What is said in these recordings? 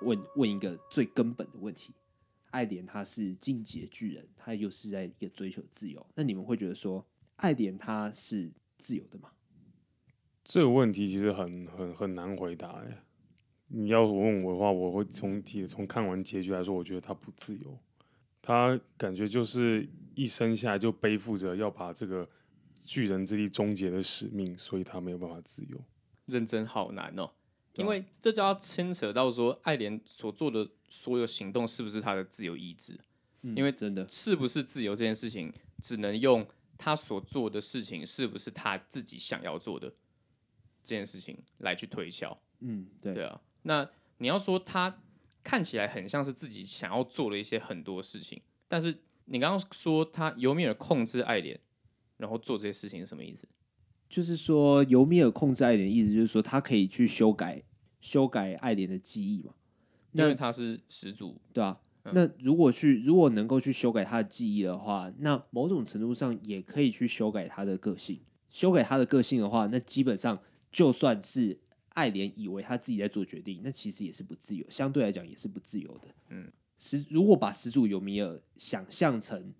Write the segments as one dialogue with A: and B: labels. A: 问问一个最根本的问题：爱莲他是进阶巨人，他又是在一个追求自由。那你们会觉得说，爱莲他是自由的吗？
B: 这个问题其实很很很难回答哎。你要问我的话，我会从体从看完结局来说，我觉得他不自由，他感觉就是一生下来就背负着要把这个巨人之力终结的使命，所以他没有办法自由。
C: 认真好难哦、
A: 对啊
C: 因为这就要牵扯到说，爱莲所做的所有行动是不是他的自由意志？
A: 嗯
C: 因为
A: 真的，
C: 是不是自由这件事情，只能用他所做的事情是不是他自己想要做的这件事情来去推敲。
A: 嗯，对，
C: 对啊，那你要说他看起来很像是自己想要做的一些很多事情，但是你刚刚说他尤米尔控制爱莲，然后做这些事情是什么意思？
A: 就是说尤米尔控制爱莲的意思就是说，他可以去修改修改爱莲的记忆嘛？
C: 因
A: 那
C: 为他是始祖，
A: 对啊。
C: 嗯
A: 那如果去，如果能够去修改他的记忆的话，那某种程度上也可以去修改他的个性。修改他的个性的话，那基本上就算是爱莲以为他自己在做决定，那其实也是不自由，相对来讲也是不自由的。
C: 嗯，
A: 始如果把始祖尤米尔想象成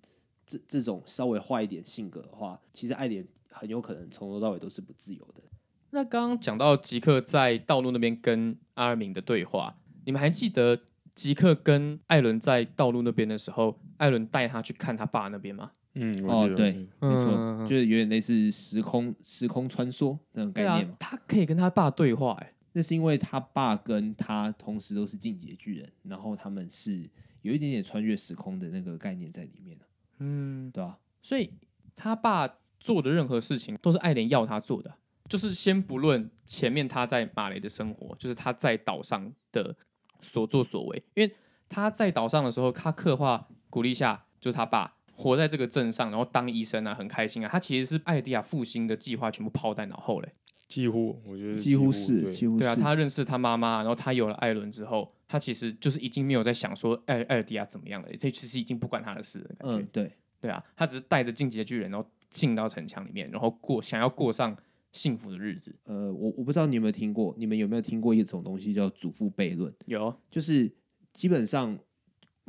A: 这这种稍微坏一点性格的话，其实爱莲很有可能从头到尾都是不自由的。
C: 那刚刚讲到吉克在道路那边跟阿尔敏的对话，你们还记得吉克跟艾伦在道路那边的时候，艾伦带他去看他爸那边吗？
B: 嗯，
A: 哦
B: 我记得
A: 对
B: 我记得
A: 没
C: 嗯
A: 错，就是有点类似时空时空穿梭那种概
C: 对啊
A: 念嘛。，
C: 他可以跟他爸对话、哎，
A: 那是因为他爸跟他同时都是进阶巨人，然后他们是有一点点穿越时空的那个概念在里面的，
C: 嗯，
A: 对吧、啊
C: 所以他爸做的任何事情都是艾莲要他做的，就是先不论前面他在马雷的生活，就是他在岛上的所作所为，因为他在岛上的时候，他刻画鼓励下就是他爸。活在这个镇上，然后当医生啊，很开心啊。他其实是艾迪亚复兴的计划全部抛在脑后嘞。
B: 几乎我觉得
A: 几乎
B: 对
A: 是，几乎是。
C: 对啊，他认识他妈妈，然后他有了艾伦之后，他其实就是已经没有在想说艾艾尔迪亚怎么样了，他其实已经不关他的事了。感觉、
A: 嗯，对，
C: 对啊，他只是带着进阶巨人，然后进到城墙里面，然后过想要过上幸福的日子。
A: 呃，我我不知道你有没有听过，你们有没有听过一种东西叫祖父悖论？
C: 有
A: 就是基本上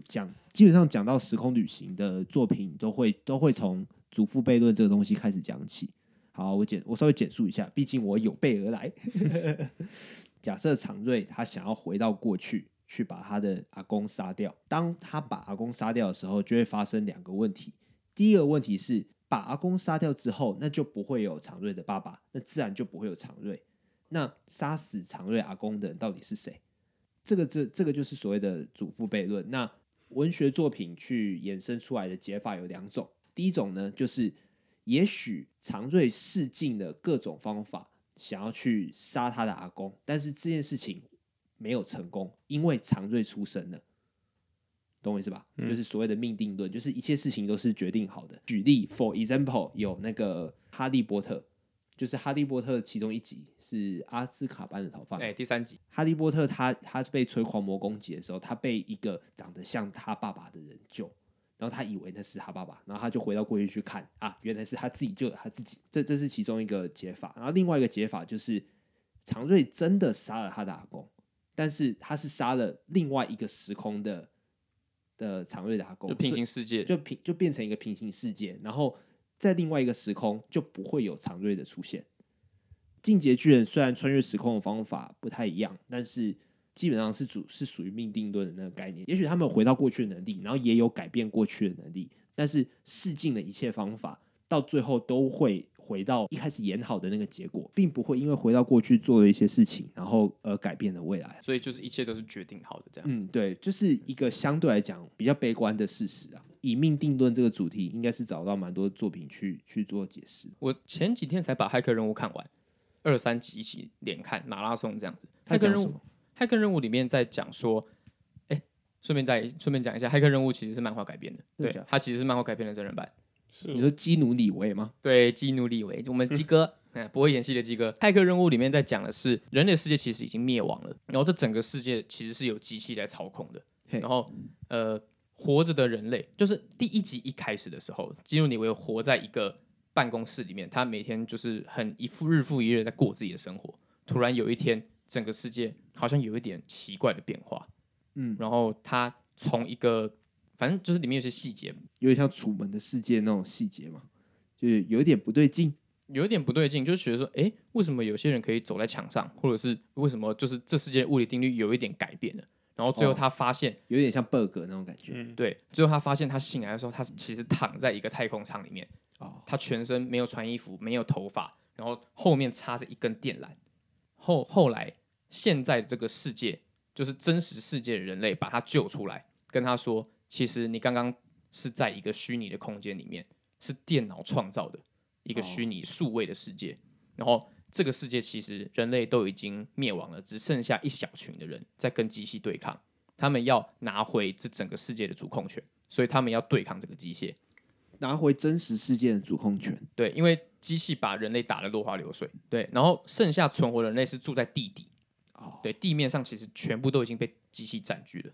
A: 讲，基本上讲到时空旅行的作品，都会都会从祖父悖论这个东西开始讲起。好，我简我稍微简述一下，毕竟我有备而来。 假设常瑞他想要回到过去，去把他的阿公杀掉。当他把阿公杀掉的时候，就会发生两个问题。第一个问题是，把阿公杀掉之后，那就不会有常瑞的爸爸，那自然就不会有常瑞。那杀死常瑞阿公的人到底是谁？这个这这个就是所谓的祖父悖论。那文学作品去衍生出来的解法有两种，第一种呢，就是也许常瑞试尽了各种方法，想要去杀他的阿公，但是这件事情没有成功，因为常瑞出生了。懂我意思吧？
B: 嗯
A: 就是所谓的命定论，就是一切事情都是决定好的。举例，for example，有那个《哈利波特》，就是《哈利波特》其中一集是阿斯卡班的逃犯嘛，
C: 哎、第三集
A: 哈利波特他他被吹狂魔攻击的时候，他被一个长得像他爸爸的人救，然后他以为那是他爸爸，然后他就回到过去去看啊，原来是他自己救了他自己。这这是其中一个解法，然后另外一个解法就是常瑞真的杀了他的阿公，但是他是杀了另外一个时空的的常瑞的阿公，
C: 就平行世界，
A: 就平就变成一个平行世界，然后在另外一个时空就不会有常瑞的出现。进阶巨人虽然穿越时空的方法不太一样，但是基本上是主是属于命定论的那个概念。也许他们有回到过去的能力，然后也有改变过去的能力，但是试尽的一切方法，到最后都会回到一开始演好的那个结果，并不会因为回到过去做了一些事情，然后而改变了未来。
C: 所以就是一切都是决定好的这样。
A: 嗯，对，就是一个相对来讲比较悲观的事实啊。以命定论这个主题，应该是找到蛮多作品去去做解释。
C: 我前几天才把骇客任务看完，二三集一起连看马拉松这样子。
A: 他
C: 骇客
A: 讲
C: 任
A: 什
C: 务
A: 么？
C: 骇客任务里面在讲说，哎、顺便再顺便讲一下，骇客任务其实是漫画改编的，
A: 真的
C: 对
A: 假的，
C: 它其实是漫画改编的真人版。
B: 是
A: 你说基努里维吗？
C: 对，基努里维，我们鸡哥，嗯，不会演戏的鸡哥。骇客任务里面在讲的是，人类世界其实已经灭亡了，然后这整个世界其实是有机器在操控的。
A: 嘿
C: 然后，呃，活着的人类，就是第一集一开始的时候，基努里维活在一个办公室里面，他每天就是很一复日复一日地在过自己的生活。突然有一天，整个世界好像有一点奇怪的变化，
A: 嗯，
C: 然后他从一个反正就是里面有些细节，
A: 有点像《楚门的世界》那种细节嘛，就是有一点不对劲。
C: 有一点不对劲，就是觉得说，诶，为什么有些人可以走在墙上，或者是为什么就是这世界物理定律有一点改变了？然后最后
A: 哦
C: 他发现，
A: 有点像 bug 那种感觉。
B: 嗯，
C: 对，最后他发现他醒来的时候，他其实躺在一个太空舱里面，
A: 哦，
C: 他全身没有穿衣服，没有头发，然后后面插着一根电缆。后后来，现在这个世界就是真实世界的人类把他救出来，跟他说，其实你刚刚是在一个虚拟的空间里面，是电脑创造的一个
A: 哦
C: 虚拟数位的世界。然后这个世界其实人类都已经灭亡了，只剩下一小群的人在跟机器对抗，他们要拿回这整个世界的主控权，所以他们要对抗这个机械。
A: 拿回真实世界的主控权。
C: 对，因为机器把人类打得落花流水。对，然后剩下存活的人类是住在地底，
A: 哦，
C: 对，地面上其实全部都已经被机器占据了。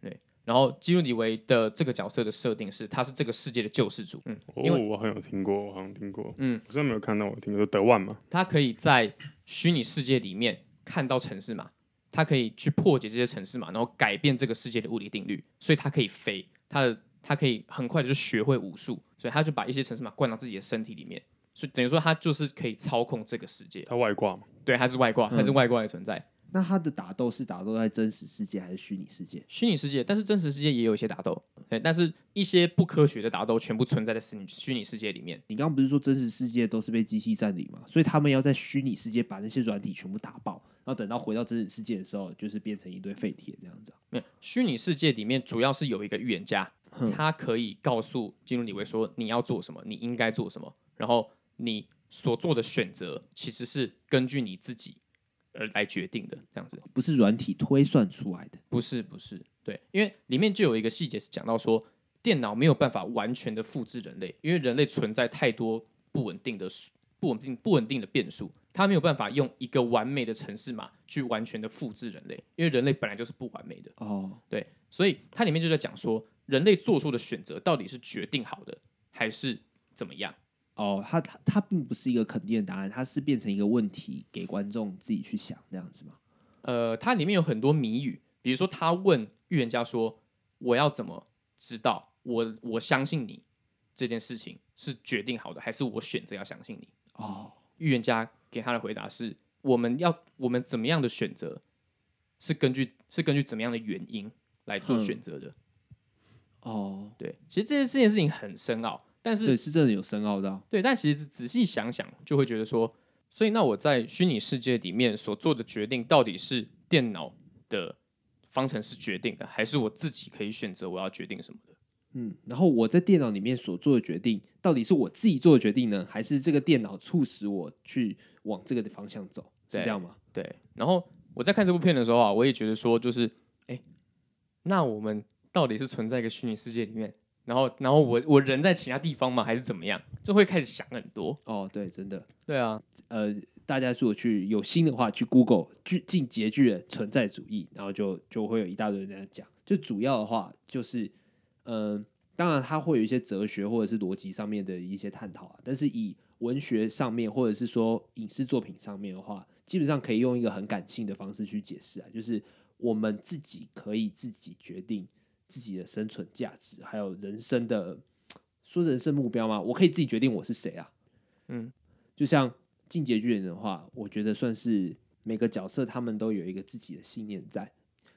C: 对，然后基努里维的这个角色的设定是，他是这个世界的救世主，嗯，因
B: 哦，
C: 为
B: 我好像有听过，我好像听过，
C: 嗯，
B: 我虽然没有看到，我听过德万嘛，
C: 他可以在虚拟世界里面看到城市嘛，他可以去破解这些城市嘛，然后改变这个世界的物理定律，所以他可以飞，他的他可以很快的就学会武术，所以他就把一些城市嘛灌到自己的身体里面，所以等于说他就是可以操控这个世界。
B: 他外挂嘛，
C: 对，它是外挂，它是外挂的存在。
A: 那他的打斗是打斗在真实世界还是虚拟世界？
C: 虚拟世界，但是真实世界也有一些打斗，对，但是一些不科学的打斗全部存在在虚拟虚拟世界里面。
A: 你刚刚不是说真实世界都是被机器占领嘛？所以他们要在虚拟世界把那些软体全部打爆，然后等到回到真实世界的时候，就是变成一堆废铁这样子啊。
C: 没有，嗯虚拟世界里面主要是有一个预言家，
A: 哼
C: 他可以告诉基努里维说你要做什么，你应该做什么，然后你所做的选择其实是根据你自己而来决定的，这样子。
A: 不是软体推算出来的。
C: 不是不是，对，因为里面就有一个细节是讲到说，电脑没有办法完全的复制人类，因为人类存在太多不稳定的数不稳定不稳定的变数，它没有办法用一个完美的城市码去完全的复制人类，因为人类本来就是不完美的，
A: 哦，
C: 对，所以它里面就在讲说，人类做出的选择到底是决定好的还是怎么样？
A: 哦，它它它并不是一个肯定的答案，它是变成一个问题给观众自己去想这样子嘛？
C: 呃，它里面有很多谜语，比如说他问预言家说：“我要怎么知道我我相信你这件事情是决定好的，还是我选择要相信你
A: 哦，？”
C: 预言家给他的回答是：“我们要我们怎么样的选择，是根据是根据怎么样的原因来做
A: 嗯
C: 选择的。
A: 哦，
C: 对，其实这件这件事情很深奥，但是
A: 对，是真的有深奥的啊、
C: 对，但其实仔细想想，就会觉得说，所以那我在虚拟世界里面所做的决定，到底是电脑的方程式决定的，还是我自己可以选择我要决定什么的？
A: 嗯，然后我在电脑里面所做的决定，到底是我自己做的决定呢，还是这个电脑促使我去往这个的方向走？是
C: 对
A: 这样吗？
C: 对。然后我在看这部片的时候啊，我也觉得说，就是，哎，那我们到底是存在一个虚拟世界里面，然后，然后我我人在其他地方吗？还是怎么样？就会开始想很多。
A: 哦，对，真的，
C: 对啊，
A: 呃，大家如果去有心的话，去 Google 巨进阶巨人存在主义，然后就就会有一大堆人在讲。就主要的话就是，嗯、当然它会有一些哲学或者是逻辑上面的一些探讨啊，但是以文学上面或者是说影视作品上面的话，基本上可以用一个很感性的方式去解释啊，就是我们自己可以自己决定自己的生存价值，还有人生的说人生目标吗？我可以自己决定我是谁啊。
C: 嗯，
A: 就像进阶巨人的话，我觉得算是每个角色他们都有一个自己的信念在，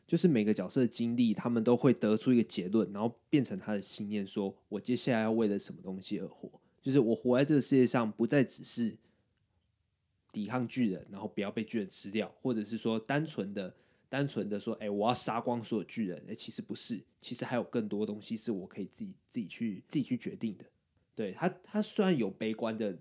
A: 就是每个角色的经历，他们都会得出一个结论，然后变成他的信念说，我接下来要为了什么东西而活，就是我活在这个世界上，不再只是抵抗巨人，然后不要被巨人吃掉，或者是说单纯的。单纯的说，哎、我要杀光所有巨人，哎、其实不是，其实还有更多东西是我可以自己自己去自己去决定的。对他，他虽然有悲观的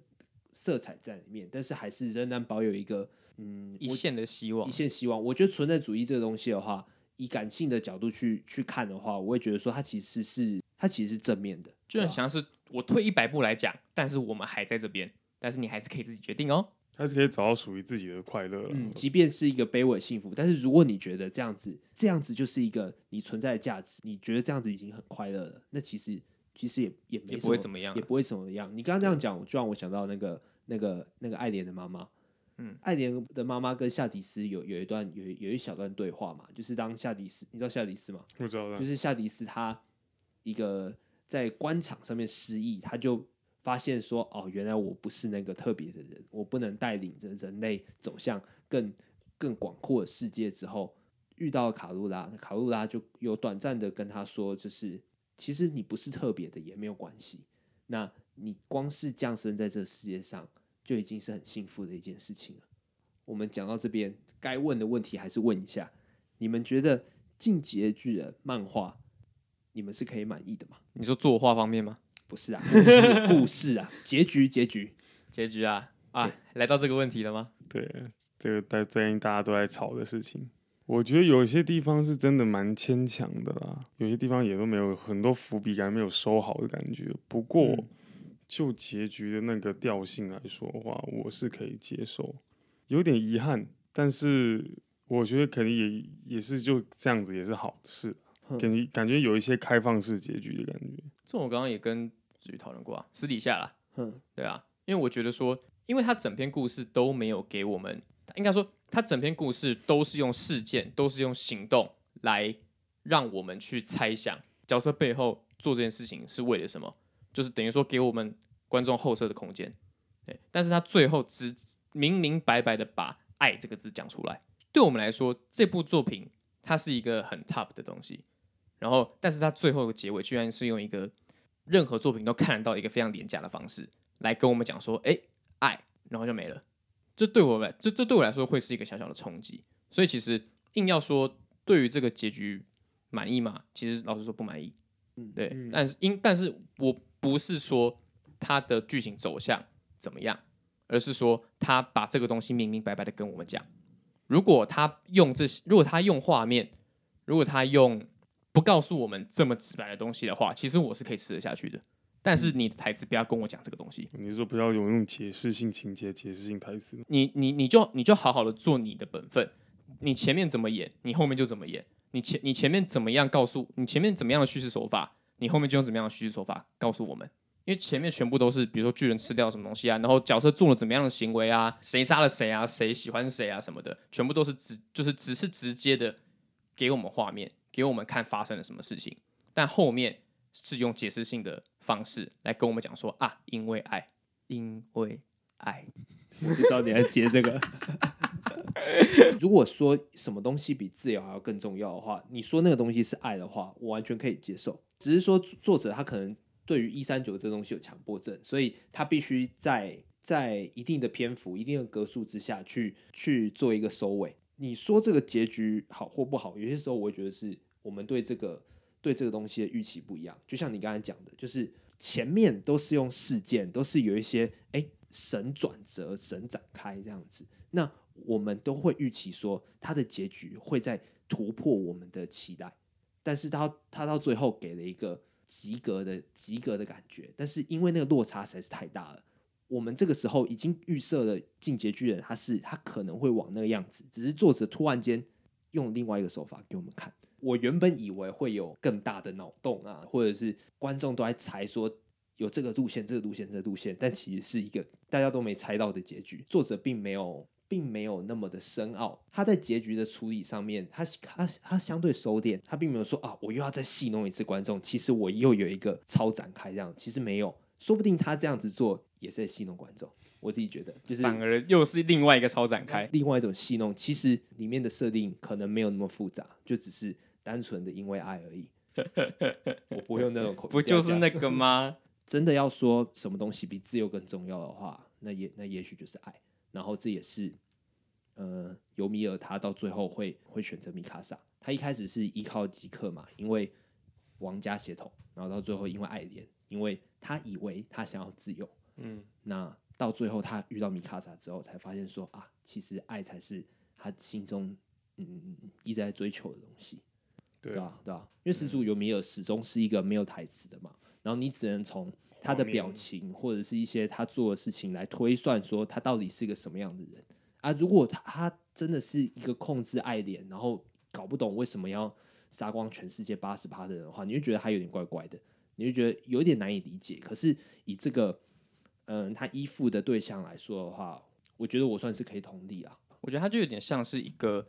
A: 色彩在里面，但是还是仍然保有一个嗯
C: 一
A: 我
C: 线的希望
A: 一。线希望。我觉得存在主义这个东西的话，以感性的角度去去看的话，我会觉得说它其实是它其实是正面的，
C: 就很
A: 对吧啊
C: 像是我退一百步来讲，但是我们还在这边，但是你还是可以自己决定哦。
B: 他是可以找到属于自己的快乐了。
A: 嗯，即便是一个卑微的幸福，但是如果你觉得这样子，这样子就是一个你存在的价值，你觉得这样子已经很快乐了，那其实其实也也没
C: 也
A: 什
C: 不会怎么样啊
A: 也不会怎么样。你刚刚这样讲，就让我想到那个那个那个爱莲的妈妈，
C: 嗯，
A: 爱莲的妈妈跟夏迪斯有有一段有有一小段对话嘛，就是当夏迪斯，你知道夏迪斯吗？
B: 我知道的
A: 就。是夏迪斯他一个在官场上面失意，他就发现说，哦，原来我不是那个特别的人，我不能带领着人类走向更更广阔的世界。之后遇到卡路拉，卡路拉就有短暂的跟他说，就是其实你不是特别的也没有关系，那你光是降生在这世界上就已经是很幸福的一件事情了。我们讲到这边，该问的问题还是问一下，你们觉得《进击的巨人》漫画，你们是可以满意的吗？
C: 你说作画方面吗？
A: 不是啊，故事故事啊，结局结局，
C: 结局啊啊
A: 对，
C: 来到这个问题了吗？
B: 对，这个大最近大家都在吵的事情，我觉得有一些地方是真的蛮牵强的啦，有些地方也都没有很多伏笔感，没有收好的感觉。不过、
A: 嗯
B: 就结局的那个调性来说的话，我是可以接受，有点遗憾，但是我觉得肯定也也是就这样子也是好事啊，
A: 哼
B: 感觉感觉有一些开放式结局的感觉。
C: 这我刚刚也跟子瑜讨论过啊，私底下啦，
A: 哼，
C: 对啊，因为我觉得说，因为他整篇故事都没有给我们，应该说他整篇故事都是用事件，都是用行动来让我们去猜想角色背后做这件事情是为了什么，就是等于说给我们观众后设的空间。对，但是他最后只明明白白的把“爱”这个字讲出来。对我们来说，这部作品它是一个很 top 的东西，然后但是它最后的结尾居然是用一个任何作品都看得到一个非常廉价的方式，来跟我们讲说，哎、爱，然后就没了。这对我来，这这对我来说会是一个小小的冲击。所以其实硬要说对于这个结局满意嘛，其实老实说不满意。
A: 嗯
C: 对，
B: 嗯
C: 但是因但是我不是说它的剧情走向怎么样，而是说他把这个东西明明白白的跟我们讲。如果他用这些，如果他用画面，如果他用不告诉我们这么直白的东西的话，其实我是可以吃得下去的。但是你的台词不要跟我讲这个东西。
B: 你是说不要有那种解释性情节、解释性台词吗？
C: 你你你就你就好好的做你的本分，你前面怎么演，你后面就怎么演。你前你前面怎么样告诉你前面怎么样的叙事手法，你后面就用怎么样的叙事手法告诉我们。因为前面全部都是，比如说巨人吃掉什么东西啊，然后角色做了怎么样的行为啊，谁杀了谁啊，谁喜欢谁啊什么的，全部都是直就是只是直接的给我们画面，给我们看发生了什么事情。但后面是用解释性的方式来跟我们讲说啊，因为爱，因为爱，
A: 我就知道你要接这个。 如果说什么东西比自由还要更重要的话，你说那个东西是爱的话，我完全可以接受。只是说作者他可能对于一三九这东西有强迫症，所以他必须在在一定的篇幅、一定的格数之下去去做一个收尾。你说这个结局好或不好，有些时候我会觉得是我们对这个对这个东西的预期不一样。就像你刚才讲的，就是前面都是用事件，都是有一些哎神转折、神展开这样子，那我们都会预期说它的结局会在突破我们的期待，但是他他到最后给了一个及格的及格的感觉，但是因为那个落差实在是太大了。我们这个时候已经预设了《进阶巨人》，他是他可能会往那个样子，只是作者突然间用另外一个手法给我们看。我原本以为会有更大的脑洞啊，或者是观众都在猜说有这个路线、这个路线、这个路线，但其实是一个大家都没猜到的结局。作者并没有，并没有那么的深奥，他在结局的处理上面，他他他相对收敛，他并没有说啊，我又要再戏弄一次观众，其实我又有一个超展开这样，其实没有，说不定他这样子做也是在戏弄观众。我自己觉得，就是嗯
C: 反而又是另外一个超展开。
A: 另外一种戏弄，其实里面的设定可能没有那么复杂，就只是单纯的因为爱而 已。我不会用那种口气
C: 不
A: 这样
C: 就是
A: 讲
C: 那个吗？
A: 真的要说什么东西比自由更重要的话，那也那也许就是爱。然后这也是，呃，尤米尔他到最后会会选择米卡萨。他一开始是依靠吉克嘛，因为王家血统，然后到最后因为爱莲，因为他以为他想要自由，
B: 嗯，
A: 那到最后他遇到米卡萨之后，才发现说啊，其实爱才是他心中嗯一直在追求的东西。
B: 对
A: 对啊，对啊，因为始祖尤米尔始终是一个没有台词的嘛，然后你只能从他的
B: 画面
A: 表情或者是一些他做的事情来推算说他到底是个什么样的人啊。如果他他真的是一个控制爱莲，然后搞不懂为什么要杀光全世界八十趴的人的话，你就觉得他有点怪怪的，你就觉得有呃点难以理解。可是以这个嗯、他依附的对象来说的话，我觉得我算是可以同理啊。
C: 我觉得他就有点像是一个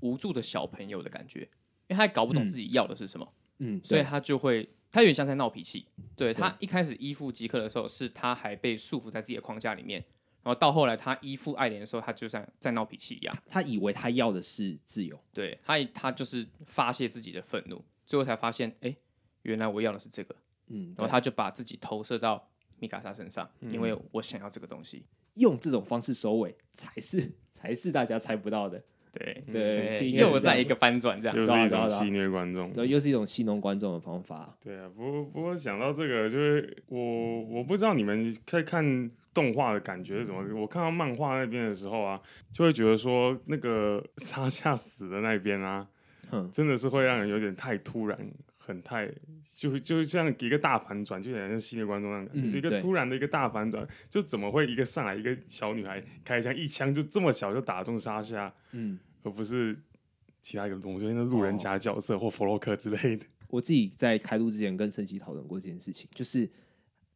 C: 无助的小朋友的感觉，因为他还搞不懂自己要的是什么，
A: 嗯，
C: 所以
A: 对
C: 他就会他有点像在闹脾气。对他一开始依附极客的时候，是他还被束缚在自己的框架里面，然后到后来他依附爱莲的时候，他就像在闹脾气一样。
A: 他以为他要的是自由，
C: 对他，他就是发泄自己的愤怒，最后才发现，哎、原来我要的是这个，
A: 嗯，
C: 然后
A: 对嗯
C: 他就把自己投射到米卡莎身上，因为我想要这个东西。
A: 用这种方式收尾才是才是大家猜不到的，
C: 对嗯
A: 对是应该是
C: 又
A: 这
C: 在
A: 样
C: 一个翻转这样。
B: 又
A: 对
B: 是
A: 啊
B: 一
A: 对啊
B: 种
A: 对啊
B: 戏虐观众。
A: 对，又是一种戏弄观众的方法。
B: 对啊，不过不过想到这个，就是我我不知道你们在看动画的感觉是怎么。我看到漫画那边的时候啊，就会觉得说那个 沙夏死的那边啊，
A: 哼，
B: 真的是会让人有点太突然，很太就就像一个大反转，就有点像系列观众那样感觉，
A: 嗯
B: 一个
A: 对
B: 突然的一个大反转，就怎么会一个上来一个小女孩开枪，一枪就这么小就打中沙夏，
A: 嗯，
B: 而不是其他一个我觉得那
A: 哦
B: 路人甲角色或弗洛克之类的。
A: 我自己在开录之前跟申奇讨论过这件事情，就是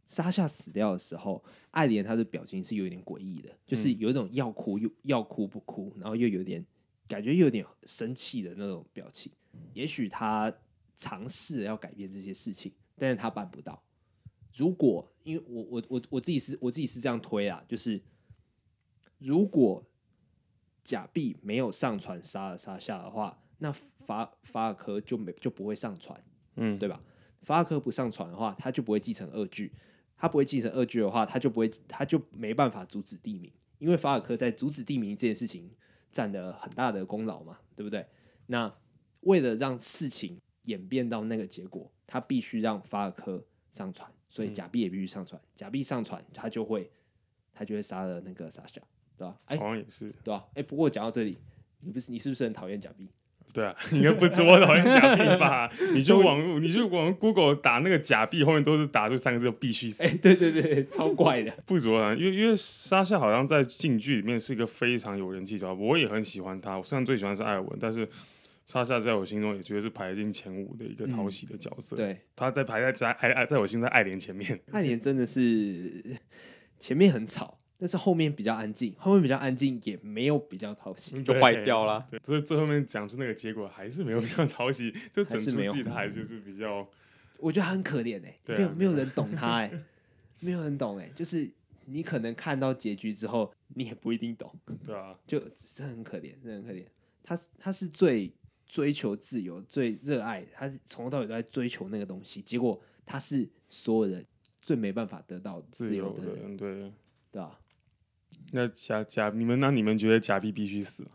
A: 沙夏死掉的时候，爱莲她的表情是有点诡异的，就是有一种要哭又要哭不哭，然后又有点感觉又有点生气的那种表情。也许她尝试要改变这些事情，但是她办不到。如果因为我我我我自己是我自己是这样推啊，就是如果假币没有上传杀了杀下的话，那法法尔科就没就不会上传，
B: 嗯，
A: 对吧？法尔科不上传的话，他就不会继承二句，他不会继承二句的话，他就不会他就没办法阻止地名，因为法尔科在阻止地名这件事情占了很大的功劳嘛，对不对？那为了让事情演变到那个结果，他必须让法尔科上传，所以假币也必须上传，假币上传他就会他就会杀了那个傻笑，对吧？哎、
B: 好像也是，
A: 对吧、哎、不过讲到这里，你不是你是不是很讨厌假币？
B: 对啊，应该不止我讨厌假币 吧？你就往你就往 Google 打那个假币，后面都是打出三个字必须死。
A: 哎、对对对，超怪的。
B: 不止我讨厌，因为因为沙夏好像在禁剧里面是一个非常有人气的，我也很喜欢他。我虽然最喜欢是艾尔文，但是沙夏在我心中也绝对是排进前五的一个讨喜的角色。，
A: 对，
B: 他在排在在爱爱在我心中在爱莲 前面。
A: 爱莲真的是前面很吵，但是后面比较安静，后面比较安静也没有比较讨
B: 嗯
A: 喜。
C: 就坏掉啦
B: 对。对，所以最后面讲出那个结果还是没有比较讨喜，就
A: 还
B: 整
A: 是
B: 出
A: 没有
B: 戏他还就是比较
A: 我觉得他很可怜哎、
B: 对啊
A: 没有没有人懂他哎、没有人懂哎、就是你可能看到结局之后，你也不一定懂，
B: 对啊，
A: 就真的很可怜，真的很可怜。他是他是最追求自由、最热爱，他是从头到尾都在追求那个东西，结果他是所有人最没办法得到
B: 自
A: 自
B: 由
A: 由
B: 的
A: 的人，
B: 人。对，
A: 对吧、
B: 那假假你们那你们觉得假币必须死吗？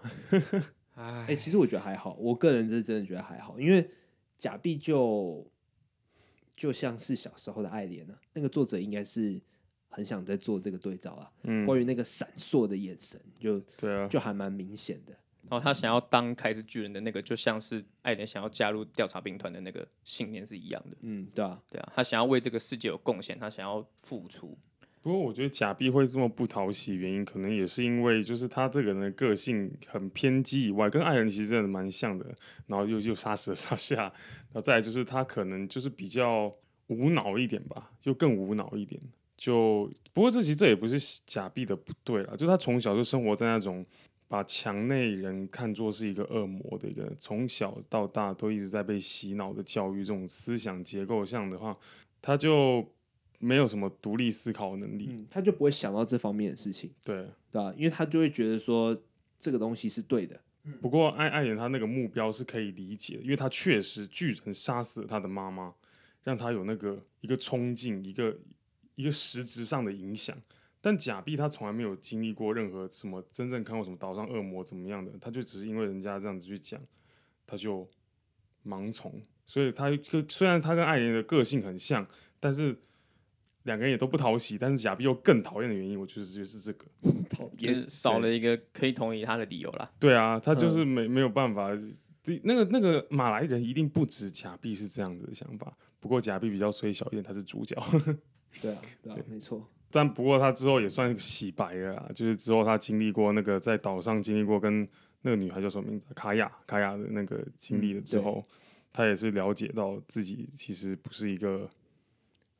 C: 哎
A: 哎、其实我觉得还好，我个人是真的觉得还好，因为假币就就像是小时候的爱莲啊，那个作者应该是很想在做这个对照啊，
B: 嗯，
A: 关于那个闪烁的眼神，就
B: 对啊，
A: 就还蛮明显的。
C: 然后他想要当凯之巨人的那个，就像是艾莲想要加入调查兵团的那个信念是一样的。
A: 嗯，对啊，
C: 对啊，他想要为这个世界有贡献，他想要付出。
B: 不过我觉得假币会这么不讨喜，原因可能也是因为就是他这个人的个性很偏激以外，跟爱人其实真的蛮像的，然后又又杀死了沙夏，然后再来就是他可能就是比较无脑一点吧，就更无脑一点。就不过这其实这也不是假币的不对啦，就他从小就生活在那种把墙内人看作是一个恶魔的一个，从小到大都一直在被洗脑的教育，这种思想结构上的话，他就没有什么独立思考能力。
A: 嗯，他就不会想到这方面的事情，
B: 对，
A: 对啊吧、因为他就会觉得说这个东西是对的。
B: 不过艾艾莲她那个目标是可以理解的，因为她确实巨人杀死了她的妈妈，让她有那个一个冲劲，一个一个实质上的影响。但假币她从来没有经历过任何什么真正看过什么岛上恶魔怎么样的，她就只是因为人家这样子去讲，她就盲从。所以她就虽然她跟艾莲的个性很像，但是两个人也都不讨喜。但是假币又更讨厌的原因，我就是觉得是这个。
A: 讨
C: 也少了一个可以同意他的理由啦。
B: 对啊，他就是没、没有办法。对那个那个马来人一定不止假币是这样子的想法，不过假币比较虽小一点，他是主角。
A: 对啊，对啊，没错。
B: 但不过他之后也算洗白了啊，就是之后他经历过那个在岛上经历过跟那个女孩叫什么名字啊卡雅卡雅的那个经历了之后，他也是了解到自己其实不是一个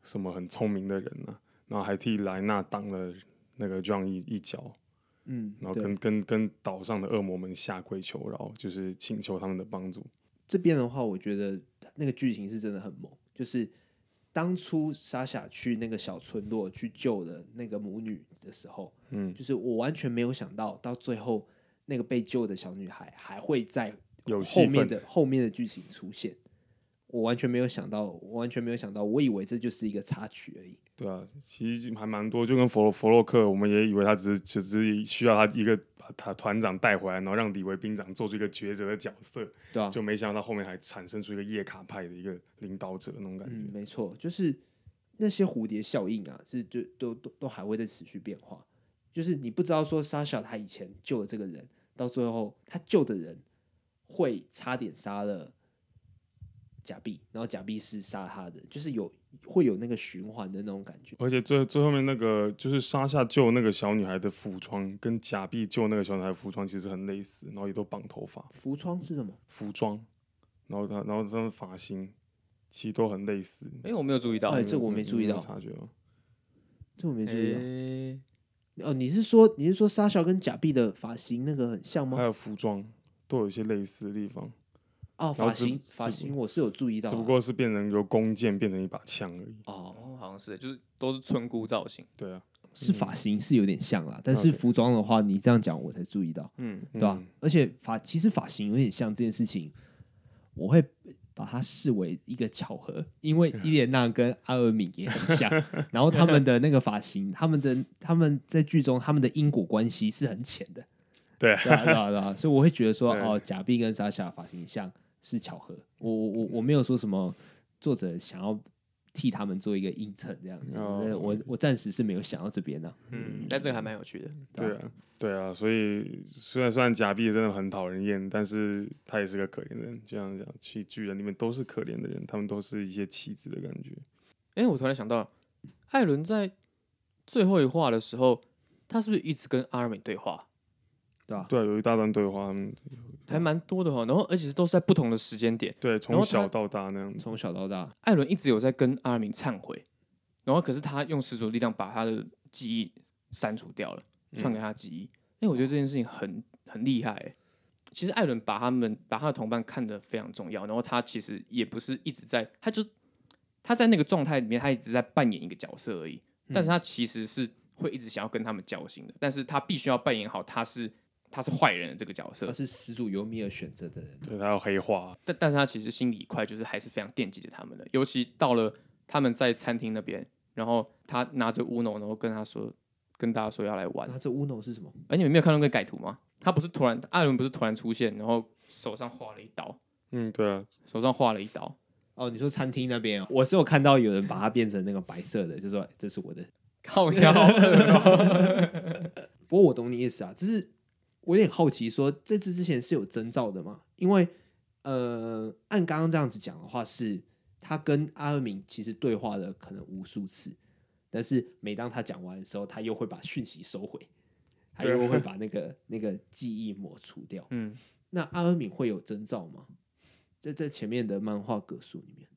B: 什么很聪明的人啊，然后还替莱纳挡了那个 John 一一脚，
A: 嗯，
B: 然后
A: 对
B: 跟跟跟岛上的恶魔们下跪求饶，就是请求他们的帮助。
A: 这边的话，我觉得那个剧情是真的很猛，就是当初莎莎去那个小村落去救的那个母女的时候，
B: 嗯，
A: 就是我完全没有想到，到最后那个被救的小女孩还会在
B: 有戏
A: 后面
B: 份
A: 的后面的剧情出现。我完全没有想到，我完全没有想到，我以为这就是一个插曲而已。
B: 对啊，其实还蛮多，就跟佛洛佛洛克，我们也以为他只是只是需要他一个把他团长带回来，然后让李维兵长做出一个抉择的角色，
A: 对啊，
B: 就没想到后面还产生出一个叶卡派的一个领导者那种感
A: 嗯，
B: 觉。
A: 没错，就是那些蝴蝶效应啊，是就都都都还会在持续变化。就是你不知道说莎莎她以前救了这个人，到最后她救的人会差点杀了假币，然后假币是杀了他的，就是有会有那个循环的那种感觉。
B: 而且最最后面那个就是莎夏救那个小女孩的服装，跟假币救那个小女孩的服装其实很类似，然后也都绑头发、
A: 浮窗是什么？
B: 服装，然后他然后他们发型其实都很类似。
C: 哎、我没有注意到，
A: 哎
C: 哎、
A: 这我没
B: 你
A: 注意
B: 有
A: 到
B: 察觉吗？
A: 这我没注意到。
C: 哎
A: 哦，你是说你是说莎莎跟假币的发型那个很像
B: 还
A: 吗？
B: 有服装都有一些类似的地方。
A: 哦，
B: 然后
A: 发
B: 只
A: 型
B: 只
A: 发
B: 不
A: 型我是有注意到啊、
B: 只不过是变成由弓箭变成一把枪而已。
A: 哦，
C: 哦，好像是，就是都是村姑造型。
B: 对啊，
A: 是发型是有点像啦，但是
B: OK
A: 服装的话，你这样讲我才注意到，
C: 嗯，
A: 对吧、
B: 嗯
A: 而且发其实发型有点像这件事情，我会把它视为一个巧合，因为伊莲娜跟阿尔敏也很 像，然后他们的那个发型，他们的他们在剧中他们的因果关系是很浅 的，
B: 对
A: 对啊对啊对啊，所以我会觉得说，
B: 对
A: 哦，贾碧跟莎莎发型像是巧合，我我
B: 嗯
A: 我我没有说什么作者想要替他们做一个映衬这样子，
B: 哦
A: 我我我暂时是没有想到这边的、
C: 嗯，但这个还蛮有趣的。
B: 对啊，对啊，所以虽然虽然假币真的很讨人厌，但是他也是个可怜人。就像讲去巨人里面都是可怜的人，他们都是一些棋子的感觉。
C: 哎、我突然想到，艾伦在最后一话的时候，他是不是一直跟阿尔美对话，
A: 对吧、
B: 对啊，有一大段对话，他们
C: 还蛮多的哈、哦然后而且都是在不同的时间点，
B: 对
C: 然
B: 从
C: 后
B: 小
C: 他
B: 到大那样子。
A: 从小到大，
C: 艾伦一直有在跟阿尔敏忏悔，然后可是他用十足力量把他的记忆删除掉了，篡改他的记忆。哎、我觉得这件事情很很厉害、欸。其实艾伦把他们把他的同伴看得非常重要，然后他其实也不是一直在，他就他在那个状态里面，他一直在扮演一个角色而已，但是他其实是会一直想要跟他们交心的，但是他必须要扮演好他是他是坏人的这个角色
A: 他，是始祖尤米尔选择的人，
B: 对，他要黑化，
C: 但但是他其实心里一块就是还是非常惦记着他们的，尤其到了他们在餐厅那边，然后他拿着乌龙，然后跟他说，跟大家说要来玩。
A: 啊那这乌龙是什么？
C: 哎、你们没有看到那个改图吗？他不是突然，艾伦不是突然出现，然后手上画了一刀，
B: 嗯，对啊，
C: 手上画了一刀。
A: 哦，你说餐厅那边、哦，我是有看到有人把它变成那个白色的，就说哎这是我的。
C: 靠腰，
A: 不过我懂你意思啊，只是我有点好奇说，这次之前是有征兆的吗？因为呃，按刚刚这样子讲的话，是他跟阿尔敏其实对话了可能无数次，但是每当他讲完的时候，他又会把讯息收回，他
B: 对
A: 又 会把那个那个记忆抹除掉。
C: 嗯，
A: 那阿尔敏会有征兆吗？在在前面的漫画格数里面，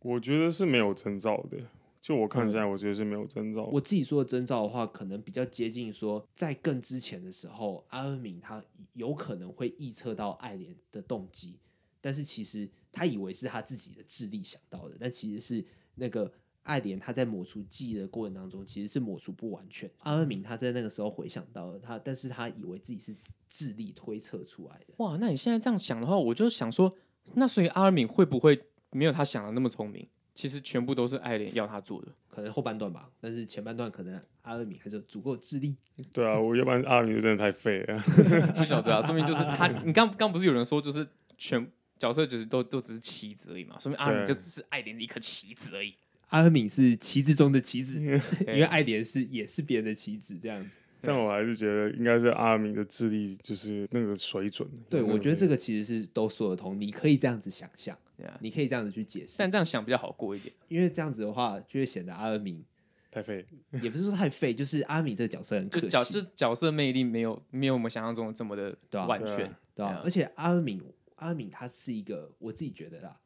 B: 我觉得是没有征兆的。就我看
A: 嗯
B: 下来，我觉得是没有征兆。
A: 我自己说的征兆的话，可能比较接近说，在更之前的时候，阿尔敏他有可能会预测到爱莲的动机，但是其实他以为是他自己的智力想到的，但其实是那个爱莲他在抹除记忆的过程当中，其实是抹除不完全。阿尔敏他在那个时候回想到了他，但是他以为自己是智力推测出来的。
C: 哇，那你现在这样想的话，我就想说，那所以阿尔敏会不会没有他想的那么聪明？其实全部都是艾莲要他做的。
A: 可能后半段吧，但是前半段可能阿尔敏还是有足够的智力，
B: 对啊，我要不然阿明就真的太废了。
C: 不晓得啊，说明就是他。你刚刚不是有人说，就是全角色就是都都只是棋子而已嘛，说明阿
B: 对
C: 明就只是爱莲的一颗棋子而已。
A: 阿尔敏是棋子中的棋子， 因
C: 嗯对嗯
A: 为爱莲是也是别人的棋子这样子。
B: 但我还是觉得应该是阿明的智力就是那个水准。
A: 对，
B: 有那
A: 我
C: 嗯
A: 觉得这
B: 水
A: 个其实是都说得通，你可以这样子想象，
C: 对啊
A: 你可以这样子去解释，
C: 但这样想比较好过一点。
A: 因为这样子的话就会显得阿尔敏
B: 准太废了。
A: 也不是说太废，就是阿敏这个角色很可
C: 嗯就
A: 惜，
C: 角就角色魅力没有没有我们想象中的这么的
A: 对啊
C: 完
B: 对
C: 全
B: 啊，
A: 对吧、
C: 对啊
A: 而且阿尔敏，阿尔敏他是一个，我自己觉得啦，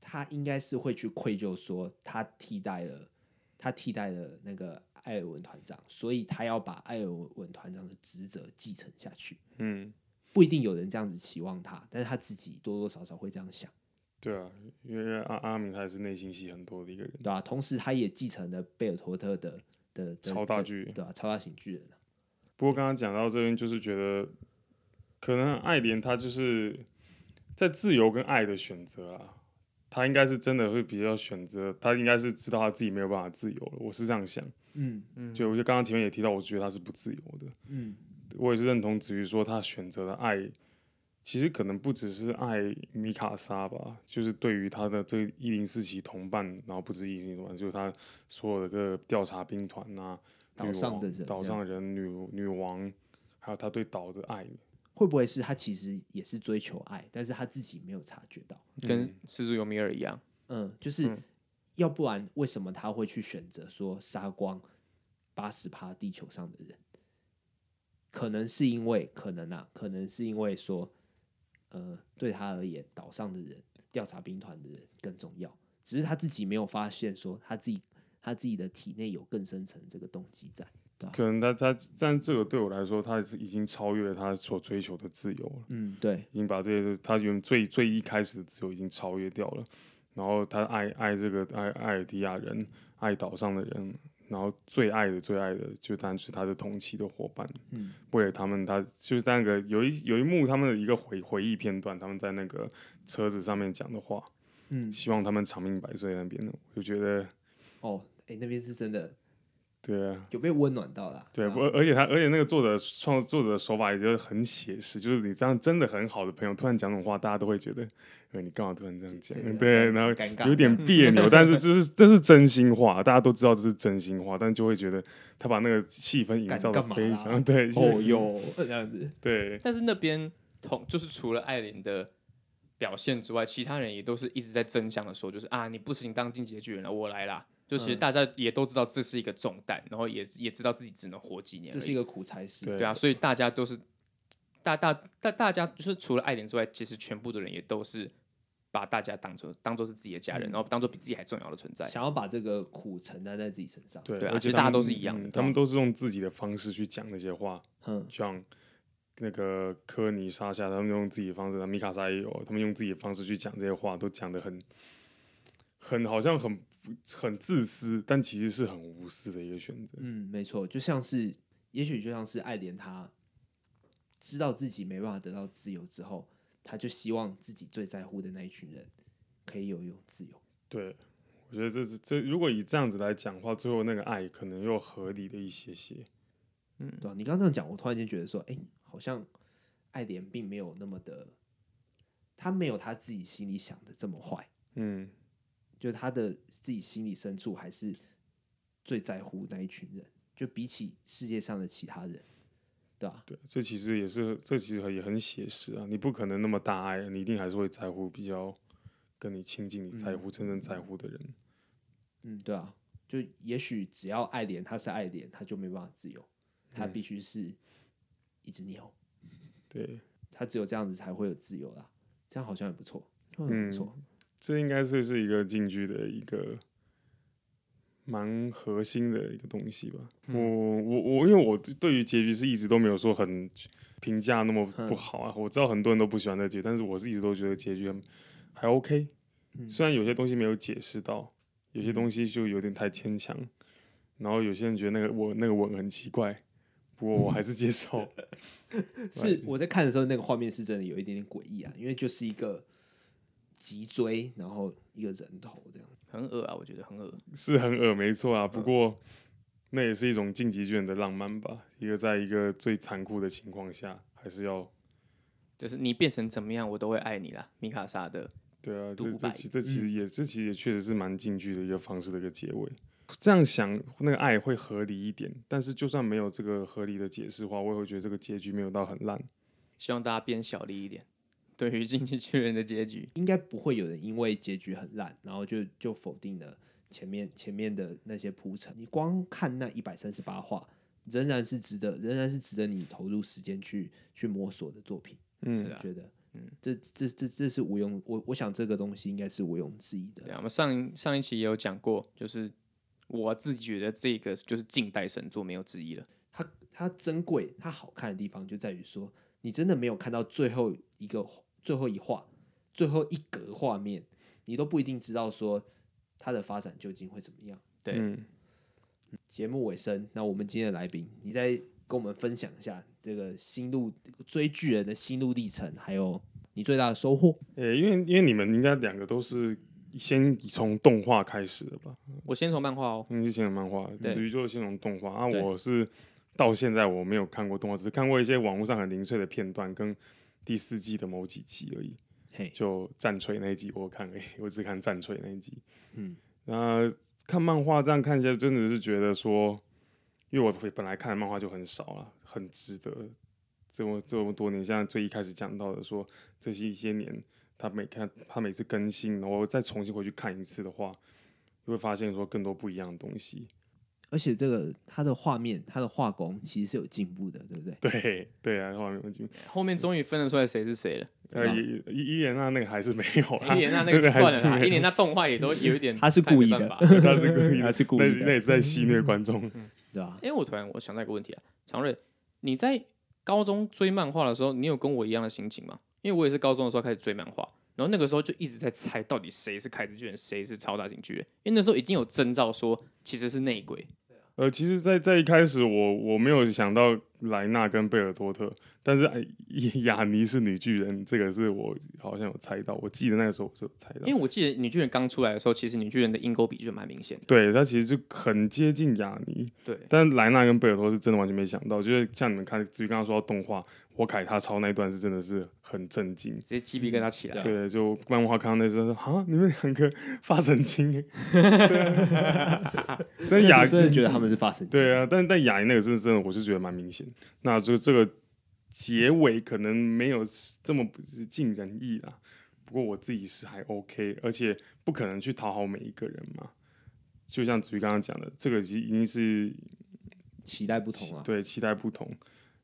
A: 他应该是会去愧疚说他替代了，他替代了那个艾尔文团长，所以他要把艾尔文团长的职责继承下去。
B: 嗯，
A: 不一定有人这样子期望他，但是他自己多多少少会这样想，
B: 对啊，因为阿阿明他也是内心戏很多的一个人，
A: 对吧、同时，他也继承了贝尔托特的的的
B: 超大
A: 的
B: 巨人
A: 对吧、超大型巨人啊
B: 不过刚刚讲到这边，就是觉得可能爱莲她就是在自由跟爱的选择啊，她应该是真的会比较选择，她应该是知道她自己没有办法自由了，我是这样想。
A: 嗯
C: 嗯
B: 就我就刚刚前面也提到，我觉得她是不自由的，
A: 嗯，
B: 我也是认同子瑜说她选择的爱。其实可能不只是爱米卡莎吧，就是对于她的这一零四期同伴，然后不止一零四同伴，就是她所有的这个调查兵团呐、
A: 岛上的
B: 女
A: 人，
B: 王岛上的人，女女王，还有他对岛的爱，
A: 会不会是他其实也是追求爱，但是他自己没有察觉到？
C: 跟始祖尤米尔一样，
A: 嗯，就是
B: 嗯
A: 要不然为什么他会去选择说杀光八十趴地球上的人？可能是因为可能啊，可能是因为说，呃，对他而言，岛上的人、调查兵团的人更重要。只是他自己没有发现，说他自己他自己的体内有更深层的这个动机在。
B: 可能他他，但这个对我来说，他是已经超越他所追求的自由了，
A: 嗯，对，
B: 已经把这些他原最最一开始的自由已经超越掉了。然后他爱爱这个爱爱尔迪亚人，爱岛上的人，然后最爱的最爱的就当然是他的同期的伙伴。
A: 嗯，
B: 为了他们，他就是那个有一有一幕他们的一个回回忆片段，他们在那个车子上面讲的话，
A: 嗯，
B: 希望他们长命百岁那边，我就觉得
A: 哦，哎、那边是真的
B: 对啊。
A: 有被温暖到啦。
B: 对，
A: 啊
C: 嗯
B: 不，而且他，而且那个作者创作者的手法也就是很写实，就是你这样真的很好的朋友突然讲这种话，大家都会觉得，呃，你干嘛突然这样讲
A: 对 对？
B: 对，
A: 对
B: 然后
A: 尴尬
B: 有 点别扭，但是这是这是真心话，大家都知道这是真心话，但就会觉得他把那个气氛营
A: 干
B: 造的
A: 干嘛
B: 非
A: 啦
B: 常对，
A: 哦哟， 这样子，
B: 对，
C: 但是那边同就是除了艾琳的表现之外，其他人也都是一直在争相的说，就是啊，你不行当进阶巨人了，我来啦。就其实
A: 嗯
C: 大家也都知道这是一个重担，然后也也知道自己只能活几年而
A: 这
C: 已。
A: 是一个苦差事。
B: 对
C: 对啊，所以大家都是大大大大家就是除了艾莲之外，其实全部的人也都是把大家当成当做是自己的家人，然后当做比自己还重要的存在。
A: 想要把这个苦承担在自己身上。
B: 对，
C: 对啊
B: 而
C: 其
B: 且
C: 实
B: 他
C: 大家
B: 们
C: 都是一样的
B: 嗯
C: 对
B: 他
C: 啊
B: 们都是用自己的方式去讲那些话，
A: 嗯，
B: 像那个科尼沙夏，他们用自己的方式，米卡莎也有，他们用自己的方式去讲这些话，都讲的很很好像很很自私，但其实是很无私的一个选择。
A: 嗯，没错，就像是，也许就像是爱莲，她知道自己没办法得到自由之后，她就希望自己最在乎的那一群人可以有有自由。
B: 对，我觉得这是这如果以这样子来讲的话，最后那个爱可能又合理的一些些。
A: 对吧、你刚刚这样讲，我突然间觉得说，哎、好像爱莲并没有那么的，她没有她自己心里想的这么坏，
B: 嗯，
A: 就是她的自己心里深处还是最在乎那一群人，就比起世界上的其他人，对吧、
B: 对，这其实也是，这其实也很写实啊。你不可能那么大爱，你一定还是会在乎比较跟你亲近、你在乎、真正在乎的人。
A: 嗯，对啊，就也许只要爱莲，他是爱莲，他就没办法自由，他必须是一只牛，
B: 对，
A: 他只有这样子才会有自由啦。这样好像也不错，就很不错。
B: 这应该算是一个进剧的一个蛮核心的一个东西吧。我我我，因为我对于结局是一直都没有说很评价那么不好啊。我知道很多人都不喜欢这个结局，但是我是一直都觉得结局很还 OK。虽然有些东西没有解释到，有些东西就有点太牵强，然后有些人觉得那个吻那个吻很奇怪，不过我还是接受。
A: 是我在看的时候，那个画面是真的有一点点诡异啊，因为就是一个脊椎，然后一个人头这样。
C: 很恶啊，我觉得很恶。
B: 是很恶，没错啊。
C: 嗯
B: 不过、那也是一种晋级卷的浪漫吧。一个在一个最残酷的情况下，还是要
C: 就是你变成怎么样，我都会爱你啦，米卡莎的。
B: 对啊。这
C: 独
B: 这
C: 白嗯
B: 其这其实也、这其实也确实是蛮进剧的一个方式的一个结尾。这样想，那个爱会合理一点。但是就算没有这个合理的解释的话，我也会觉得这个结局没有到很烂。
C: 希望大家变小力一点，对于进击巨人的结局。
A: 应该不会有人因为结局很烂，然后就就否定了前面前面的那些铺陈。你光看那一百三十八话，仍然是值得，仍然是值得你投入时间去去摸索的作品。
C: 是
B: 嗯，
C: 啊
A: 觉得，嗯，这这这这是毋庸，我我想这个东西应该是毋庸置疑
C: 对啊
A: 的。
C: 啊，我们上一上一期也有讲过，就是我自己觉得这个就是近代神作，没有之一了。
A: 它它珍贵，它好看的地方就在于说，你真的没有看到最后一个最后一画、最后一格画面，你都不一定知道说它的发展究竟会怎么样。
C: 对，
B: 嗯，
A: 节目尾声，那我们今天的来宾，你再跟我们分享一下这个心路追剧人的心路历程，还有你最大的收获。
B: 呃、因为因为你们应该两个都是先从动画开始的吧？
C: 我先从漫画哦，
B: 你是先从嗯漫画，
C: 对
B: 子瑜就是先从动画啊。
C: 对
B: 我是到现在我没有看过动画，只是看过一些网络上很零碎的片段跟第四季的某几集而已。
A: 嘿，
B: 就战锤那一集我有看而已，我只看战锤那一集。
A: 嗯，
B: 那看漫画这样看一下，真的是觉得说，因为我本来看的漫画就很少了，很值得。这么这么多年，像最一开始讲到的说，这些一些年，他每看他每次更新，然后再重新回去看一次的话，就会发现说更多不一样的东西。
A: 而且这个它的画面、它的画工其实是有进步的，对不对？
B: 对对啊，画面问题，
C: 后面终于分得出来谁是谁了。
B: 呃，伊伊莲娜那个还是没有啦，
C: 一年那 那
B: 个
C: 个
B: 还
C: 算了
B: 是
C: 啦，
B: 没
C: 一
B: 有
C: 年那动画也都有一点
A: 他是故意的
C: 太没办法
B: 他是故 意的，
A: 他是故意的
B: 那那也是在戏虐观众。
A: 对吧？
C: 哎、我突然我想到一个问题啊，常瑞，你在高中追漫画的时候，你有跟我一样的心情吗？因为我也是高中的时候开始追漫画，然后那个时候就一直在猜到底谁是凯子巨人，谁是超大型巨人，因为那时候已经有征兆说其实是内鬼，
B: 呃，其实在，在一开始我我没有想到莱纳跟贝尔多特，但是哎雅雅尼是女巨人，这个是我好像有猜到，我记得那个时候我是有猜
C: 因
B: 到。
C: 为我记得女巨人刚出来的时候，其实女巨人的鹰钩比就蛮明显的。
B: 对，他其实就很接近雅尼，
C: 对，
B: 但莱纳跟贝尔多是真的完全没想到，就是像你们看，至于刚刚说到动画，我凯他超那一段是真的是很震惊。
C: 直接鸡皮疙瘩起来。
B: 对，就漫画看到那时候说啊，你们两个发神经欸，对啊，但雅
A: 真的觉得他们是发神经。
B: 对啊，但但雅尼那个是真的，我是觉得蛮明显。那就这个结尾可能没有这么不尽人意啦，不过我自己是还 OK，而且不可能去讨好每一个人嘛。就像子瑜刚刚讲的，这个已经已经是
A: 期待不同啊。
B: 对期待不同，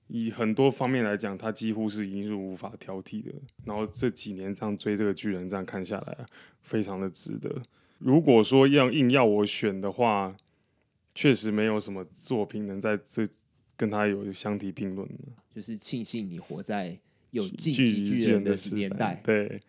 B: 以很多方面来讲，它几乎是已经是无法挑剔的。然后这几年这样追这个巨人，这样看下来啊，非常的值得。如果说要硬要我选的话，确实没有什么作品能在这跟他有相提并论的。
A: 就是庆幸你活在有
B: 巨
A: 晋级巨人
B: 人
A: 的
B: 时
A: 年代。
B: 对。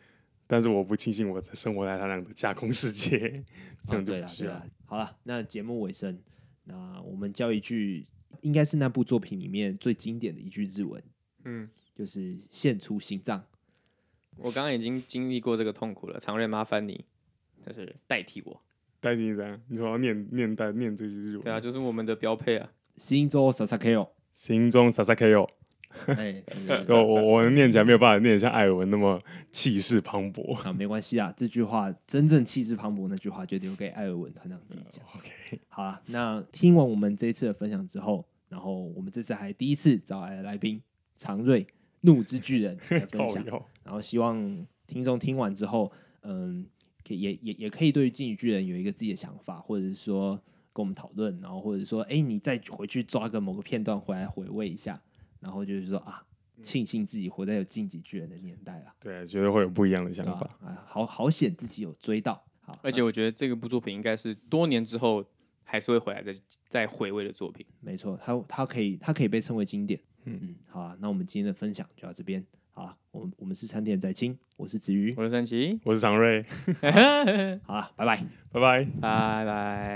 B: 但是我不庆幸我在生活在他那样的架空世界，这
A: 啊，
B: 样就
A: 对
B: 不
A: 了
B: 需
A: 对
B: 要。
A: 了，好了，那节目尾声，那我们教一句，应该是那部作品里面最经典的一句日文，
C: 嗯，
A: 就是“献出心脏
C: 我刚刚已经经历过这个痛苦了，常瑞，麻烦你就是代替我。
B: 代替你怎样？你说要念念代念这些日文？
C: 对啊，，就是我们的标配啊。”。心
A: 心中 sasakeo，
B: 心中撒撒 K 哦。
A: 哎，
B: 就 我我念起来没有办法念得像艾尔文那么气势磅礴。
A: 啊，没关系啊，这句话真正气质磅礴那句话就留给艾尔文团长自己讲。
B: 哦 OK，
A: 好啊，那听完我们这一次的分享之后，然后我们这次还第一次找来来宾常瑞怒之巨人来分
B: 靠
A: 享。
B: 腰，
A: 然后希望听众听完之后，嗯，可以也也也可以对于《进击巨人》有一个自己的想法，或者是说跟我们讨论，然后或者说，哎，你再回去抓个某个片段回来回味一下，然后就是说啊，庆幸自己活在有《进击巨人》的年代啊了，
B: 对，觉得会有不一样的想
A: 对吧
B: 法。？
A: 啊，好好险自己有追到，好，啊
C: 而且我觉得这个部作品应该是多年之后还是会回来再再回味的作品。
A: 没错，它它可以它可以被称为经典。
B: 嗯
A: 嗯，好啊，那我们今天的分享就到这边。好啊，我们我们是餐点在清，我是子瑜，
C: 我是三奇，
B: 我是常瑞，
A: 好啊，拜拜。
B: 拜拜。
C: 拜拜。